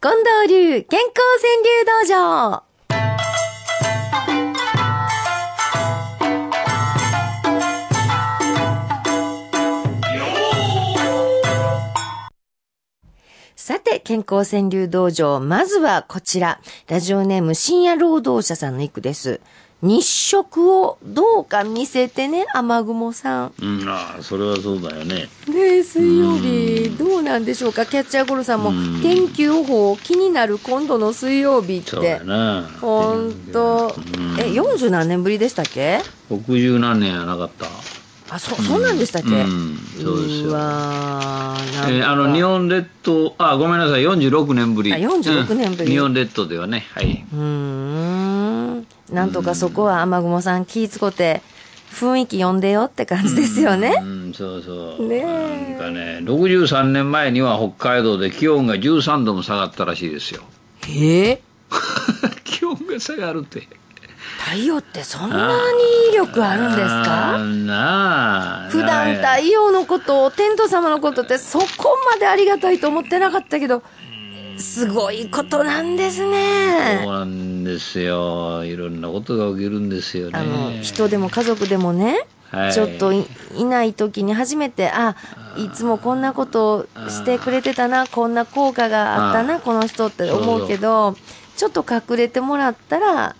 近藤流健康川流道場。さて、健康川流道場、まずはこちら、ラジオネーム深夜労働者さんの一句です。日食をどうか見せてね、雨雲さん。うん、ああ、それはそうだよね。ね水曜日、どうなんでしょうか、キャッチャーゴロさんも、ん天気予報気になる今度の水曜日って。そうだな。ほんと。え、40何年ぶりでしたっけ ?60 何年はなかった。、あ、そ、そうなんでしたっけ、うんそうですよ。わえー、あの、日本列島、あ、ごめんなさい、46年ぶり。あ、46年ぶり、うん、日本列島ではね、はい。うん。なんとかそこは雨雲さん気ぃつこて、雰囲気読んでよって感じですよね。。うん、そうそうねなんかね、63年前には北海道で気温が13度も下がったらし いですよ。へえ気温が下がるって。太陽ってそんなに威力あるんですかなあ普段太陽のことを天道様のことってそこまでありがたいと思ってなかったけどすごいことなんですねそうなんですよいろんなことが起きるんですよねあの人でも家族でもね、はい、ちょっといない時に初めてあいつもこんなことをしてくれてたなこんな効果があったなこの人って思うけどちょっと隠れてもらったら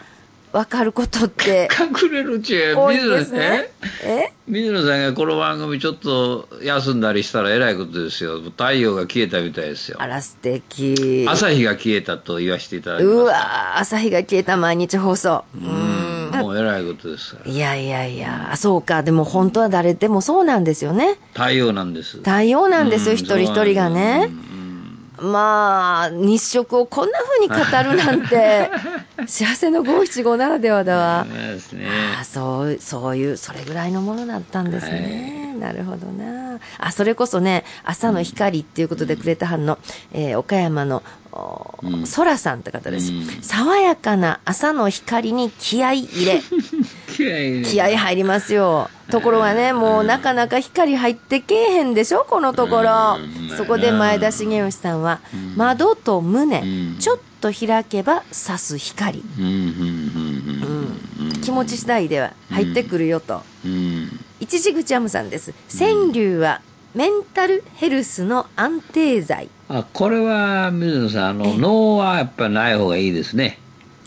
わかることって。隠れるちゅう、水野、ね、え水野さんがこの番組ちょっと休んだりしたらえらいことですよ。太陽が消えたみたいですよ。あら素敵。朝日が消えたと言わせていただきうわ朝日が消えた毎日放送。うん。もうえらいことですいやいやいや、そうか。でも本当は誰でもそうなんですよね。太陽なんです。太陽なんですよ、一人一人がね。まあ、日食をこんなふうに語るなん て、幸せの五七五ならではだわ。そうね、あそう、そういう、それぐらいのものだったんですね。はい、なるほどな。あ、それこそね、朝の光っていうことでくれたはんの、うん、えー、岡山の、そら、うん、さんって方です。うん、爽やかな朝の光に気合い入 れ。気合い気合入りますよ。ところがね、もうなかなか光入ってけえへんでしょ、このところ。そこで前田茂吉さんは、窓と胸、ちょっと開けば差す光。うん、気持ち次第では入ってくるよと。一時口アムさんです。川柳はメンタルヘルスの安定剤。あ、これは水野さん、あの、脳はやっぱない方がいいですね。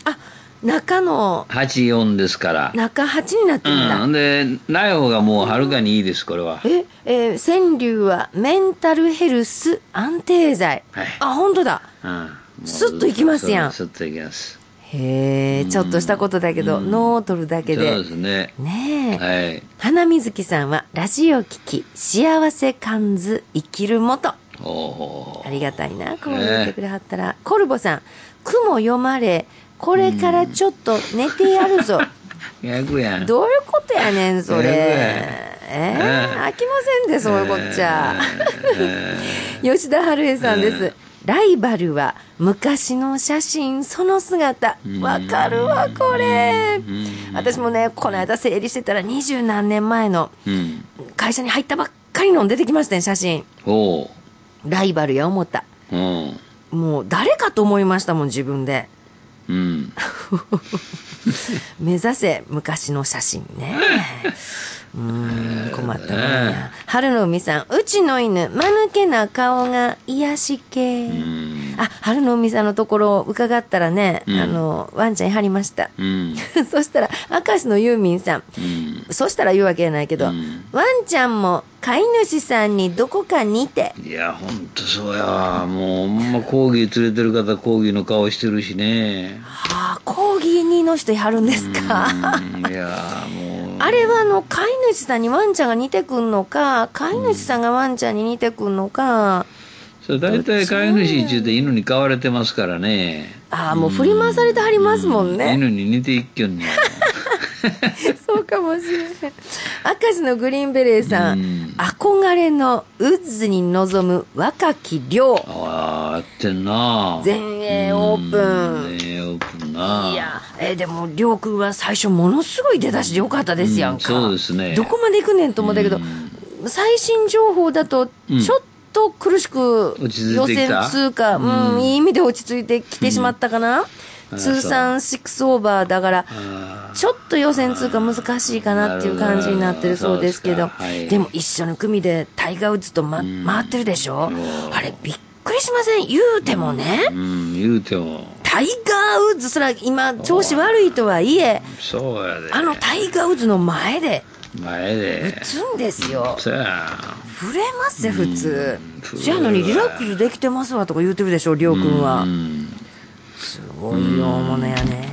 あ、中の84ですから中8になってるんだ、うん、でない方がもうはるかにいいですこれはええー、川柳はメンタルヘルス安定剤、はい、あ本当だ、うん、スッといきますやんスッといきますへえ、ちょっとしたことだけど、脳を取るだけで。そうですね。ねえ。はい。花水木さんは、ラジオ聞き、幸せ感ず、生きるもと。ありがたいな、こう言ってくれはったら。コルボさん、雲読まれ、これからちょっと寝てやる ぞ。逆やん。どういうことやねん、それ。えー、飽きませんで、そういうこっちゃ。吉田春江さんです。ライバルは昔の写真その姿。わかるわ、これ。私もね、この間整理してたら二十何年前の会社に入ったばっかりの出てきましたね、写真。ライバルや思った。もう誰かと思いましたもん、自分で。うん、目指せ昔の写真 ね。うん困ったもんや。春の海さん、うちの犬、間抜けな顔が癒し系。あ、春の海さんのところを伺ったらね、うん、あの、ワンちゃん張りました。 うん、そしたら、明石のユーミンさん、そしたら言うわけやないけど、ワンちゃんも飼い主さんにどこか似て。いや、ほんとそうや。もう、ほんまコーギー連れてる方、コーギーの顔してるしね。はあ、コーギーにの人やるんですか。いや、もう。 あれはあの、飼い主さんにワンちゃんが似てくんのか、飼い主さんがワンちゃんに似てくんのか。うん、大体飼い主中で犬に飼われてますからね。ああ、もう振り回されてはりますもんね。ん犬に似ていっきょんね。 そうかもしれない。明石のグリーンベレー さん、うん、憧れのウッズに臨む若き寮。ああ、やってんな全英オープン。全英オープンないや、えー、でも、りょうくんは最初ものすごい出だしでよかったですやんか。うん、そうですね。どこまで行くねんと思ったけど、最新情報だと、ちょっと、と苦しく落ち予着いてき選た通過、うんいい意味で落ち着いてきてしまったかな、うん通算6オーバーだから、あちょっと予選通過難しいかなっていう感じになってるそうですけど、なるほどそうですかはいでも一緒の組でタイガー・ウッズと、ま、回ってるでしょんあれびっくりしません言うてもね、ーうん、言うても、タイガー・ウッズすら今調子悪いとはいえ、そうやで。あのタイガー・ウッズの前で前で打。つんですよ。そうや。触れますぜ、普通う。んせやのにリラックスできてますわとか言うてるでしょ、りょうくんはう。ん。すごい大物やね。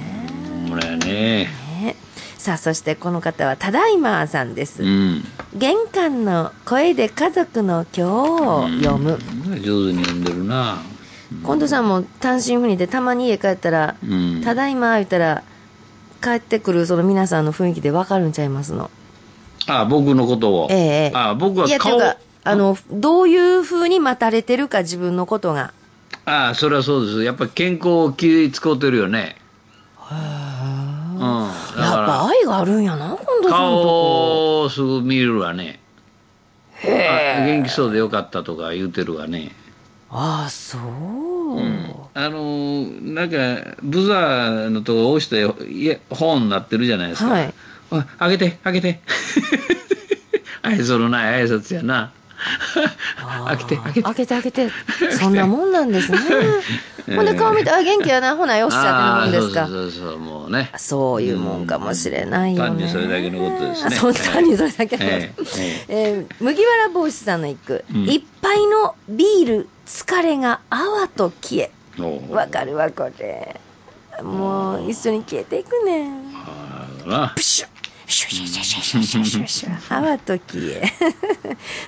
ほらね。ねさあ、そしてこの方はただいまさんでうす。ん。玄関の声で家族の今日を読む。上手に読んでるな。近藤さんも単身赴任でたまに家帰ったら、うん。ただいま言ったら、帰ってくるその皆さんの雰囲気でわかるんちゃいますの。あ、僕のことを。ええええあ、僕はいや、てい顔う。か、あの、どういう風に待たれてるか、自分のことが。ああ、それはそうです。やっぱ健康を気使うてるよね。うん。だやっかぱ愛があるんやな、近藤ら、さんのとこ。顔をすぐ見るわね。あ元気そうでよかったとか言うてるわね。ああ、そう。あのーなんか、ブザーのとこ押して、いや、本になってるじゃないですか。 はいおい。あげて、あげて。 愛想のない挨拶やな。あげて、あげて。開けて開けて。そんなもんなんです ね。ほんで顔見て、あ、元気やな、ほな、よっしゃってなるんですあーか。そうそうそうそう、もうね。そういうもんかもしれないよね。単にそれだけのことですねそう、単にそれだけのこと。ええええー麦わら帽子さんの一句。ん一杯のビール、疲れが泡と消え。おうわかるわ、これ。もう、一緒に消えていくね。あーなプシュシュシュシュシュシュシュシュシュ。泡と消え。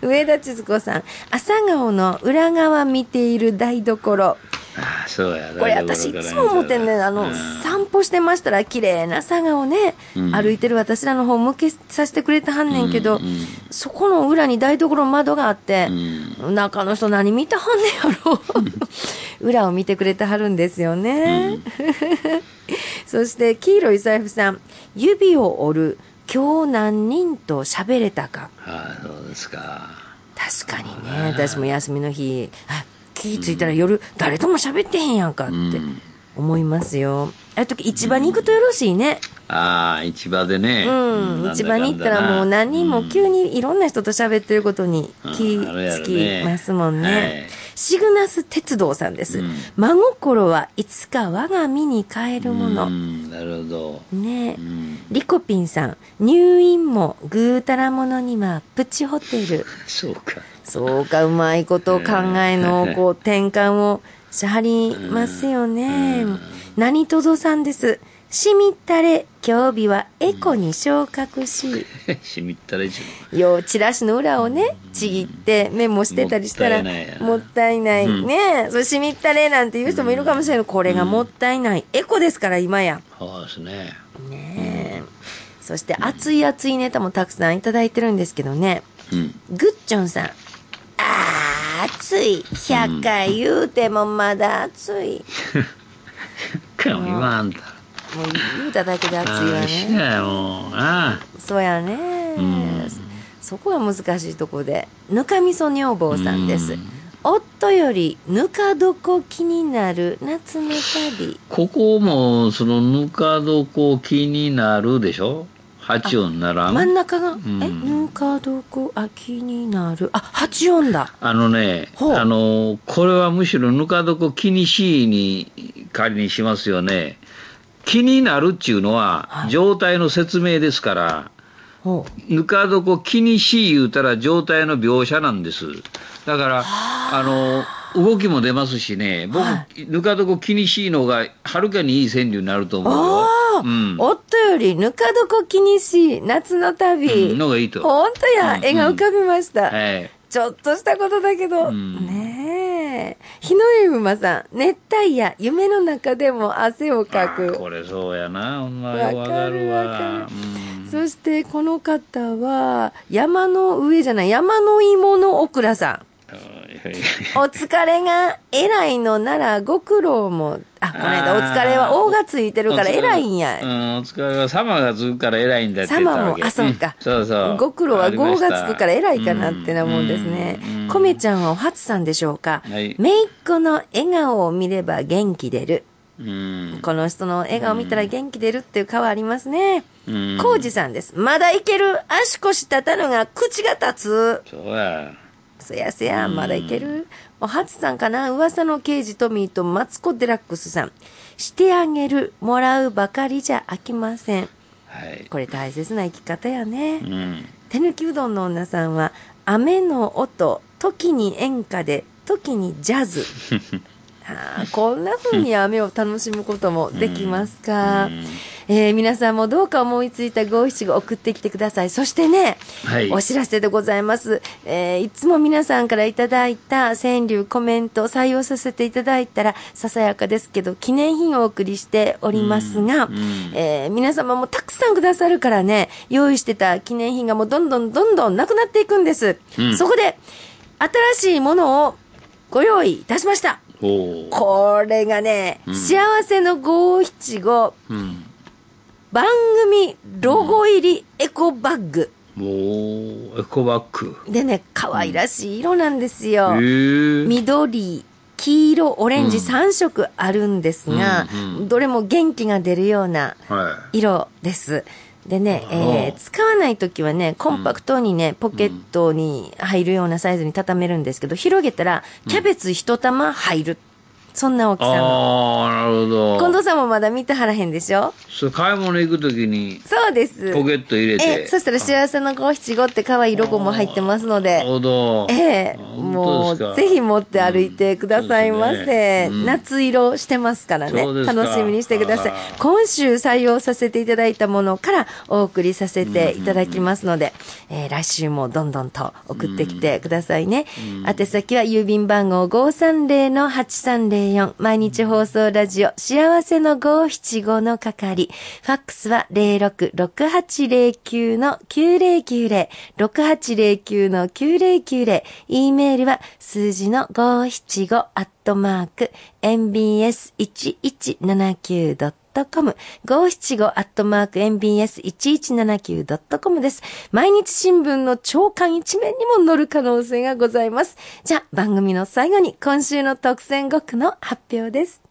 上田千鶴子さん。朝顔の裏側見ている台所。あーそうやこれ私いつも思ってんねん。あの、散歩してましたら綺麗な朝顔ね、ん歩いてる私らの方向けさせてくれてはんねんけど、うんうんそこの裏に台所の窓があって、中の人何見てはんねや ろ。裏を見てくれてはるんですよね。 そして、黄色い財布さん、指を折る、今日何人と喋れたか。ああーそうですか確かにね、私も休みの日、あ気ぃついたら夜、誰とも喋ってへんやんかってうん思いますよ。ああいう時、市場に行くとよろしいね。ああ市場でねうん、市場に行ったらもう何人も急ににいろんな人と喋ってることにうん気あるやろつねきますもんね。はいシグナス鉄道さんです。うん真心はいつか我が身に帰るもの。なるほどねえ。うんリコピンさん、入院もぐうたらものにはプチホテ ル。そうかそうか、うまいことを考えの、 こう、転換をしはりますよねうん。何とぞさんです。しみったれ、興味はエコに昇格し、しみったら一よう、チラシの裏をね、ちぎってメモしてたりしたら、もったいないやなもったいない。うんねえ、そう、しみったれなんて言う人もいるかもしれない。これがもったいない。エコですから、今や。番そうですねねえ。そして、熱い熱いネタもたくさんいただいてるんですけどね。うんグッチョンさん。あー、暑い。100回言うてもまだ暑い。かも今あんたもう言うただけで暑いわああしね。やよもうあそうやね、うんそこは難しいとこで。ぬかみそ女房さんです。うん夫よりぬか床気になる夏の旅。ここもそのぬか床気になるでしょ八音ならん真ん中が、んえ、ぬか床、あ、気になる。あ、八音だ。あのね、ほうあの、これはむしろぬか床気にしいに仮にしますよね。気になるっていうのはは、い状態の説明ですから、ほうぬか床気にしい言うたら状態の描写なんです。だから、あの、動きも出ますしね、僕、はぬか床気にしいのが、はるかにいい川柳になると思うよ。ああ、うん。夫よりぬか床気にし、夏の旅。うんのがいいと。本当や、うん絵が浮かびました、はい。ちょっとしたことだけど、うんねえ。日の絵馬さん、熱帯夜、夢の中でも汗をかあーく。これそうやな、ほんまわかよるわかるわわか。るうんそして、この方は、山の上じゃない、山の芋のオクラさん。あーいやいやお疲れが、偉いのならご苦労も、あ、あ、この間お疲れは、王がついてるから偉いんうや。ん、お疲れは様がつくから偉いんだって言った様わもけ、あ、そうかん。そうそう。ご苦労は豪がつくから偉いかなってなもんですね。コメちゃゃんはお初さんでしょうか。はいめいっ子の笑顔を見れば元気出る。ん。うん。この人の笑顔見たら元気出るっていう顔ありますね。うんコウジさんです。まだいける足腰立たぬが口が立そうや。つ。そやせや、まだいける。おはつさんかな噂の刑事トミーとマツコ・デラックスさん。してあげる、もらうばかりじゃ飽きません。はい。これ大切な生き方やねう。ん。手抜きうどんの女さんは、雨の音、時に演歌で、時にジャ ズ。あーこんな風に雨を楽しむこともできますか。うんえー皆さんもどうか思いついた五七五送ってきてください。そしてね、はい。お知らせでございます。えーいつも皆さんからいただいた川柳コメント採用させていただいたら、ささやかですけど、記念品をお送りしておりますが、うんうんえー皆様もたくさんくださるからね、用意してた記念品がもうどんどんどんどんなくなっていくんです。うんそこで、新しいものをご用意いたしました。おーこれがね、うん幸せの五七五うん。番組ロゴ入りエコバッグ。おーエコバッグ。でね、可愛らしい色なんですよ。ええ。緑、黄色、オレンジうん3色あるんですが、うんうんどれも元気が出るようなはい。色です。でね、えーあ使わない時はね、コンパクトにね、ポケットに入るようなサイズに畳めるんですけど、広げたら、キャベツ一玉入る。そんな大きさの。ああ、なるほど。近藤さんもまだ見てはらへんでしょそれ買い物行くときにそうです。ポケット入れえて。え、そしたら幸せの五七五って可愛いロゴも入ってますのなるで、ほど。ええ、も本当うですかぜひ持って歩いてくださいまうんそせ。うですねうん夏色してますからねそうですか楽しみにしてくださいあ。ー今週採用させていただいたものからお送りさせていただきますので、えー来週もどんどんと送ってきてくださいね。宛先は郵便番号530-8304毎日放送ラジオ幸せの575の係。ファックスは066809-9090 6809-9090 E メールは数字の575アットマーク mbs1179.com ドットコム五七五アットマーク mbs 一一七九ドットコムです。毎日新聞の朝刊一面にも載る可能性がございます。じゃあ番組の最後に今週の特選五句の発表です。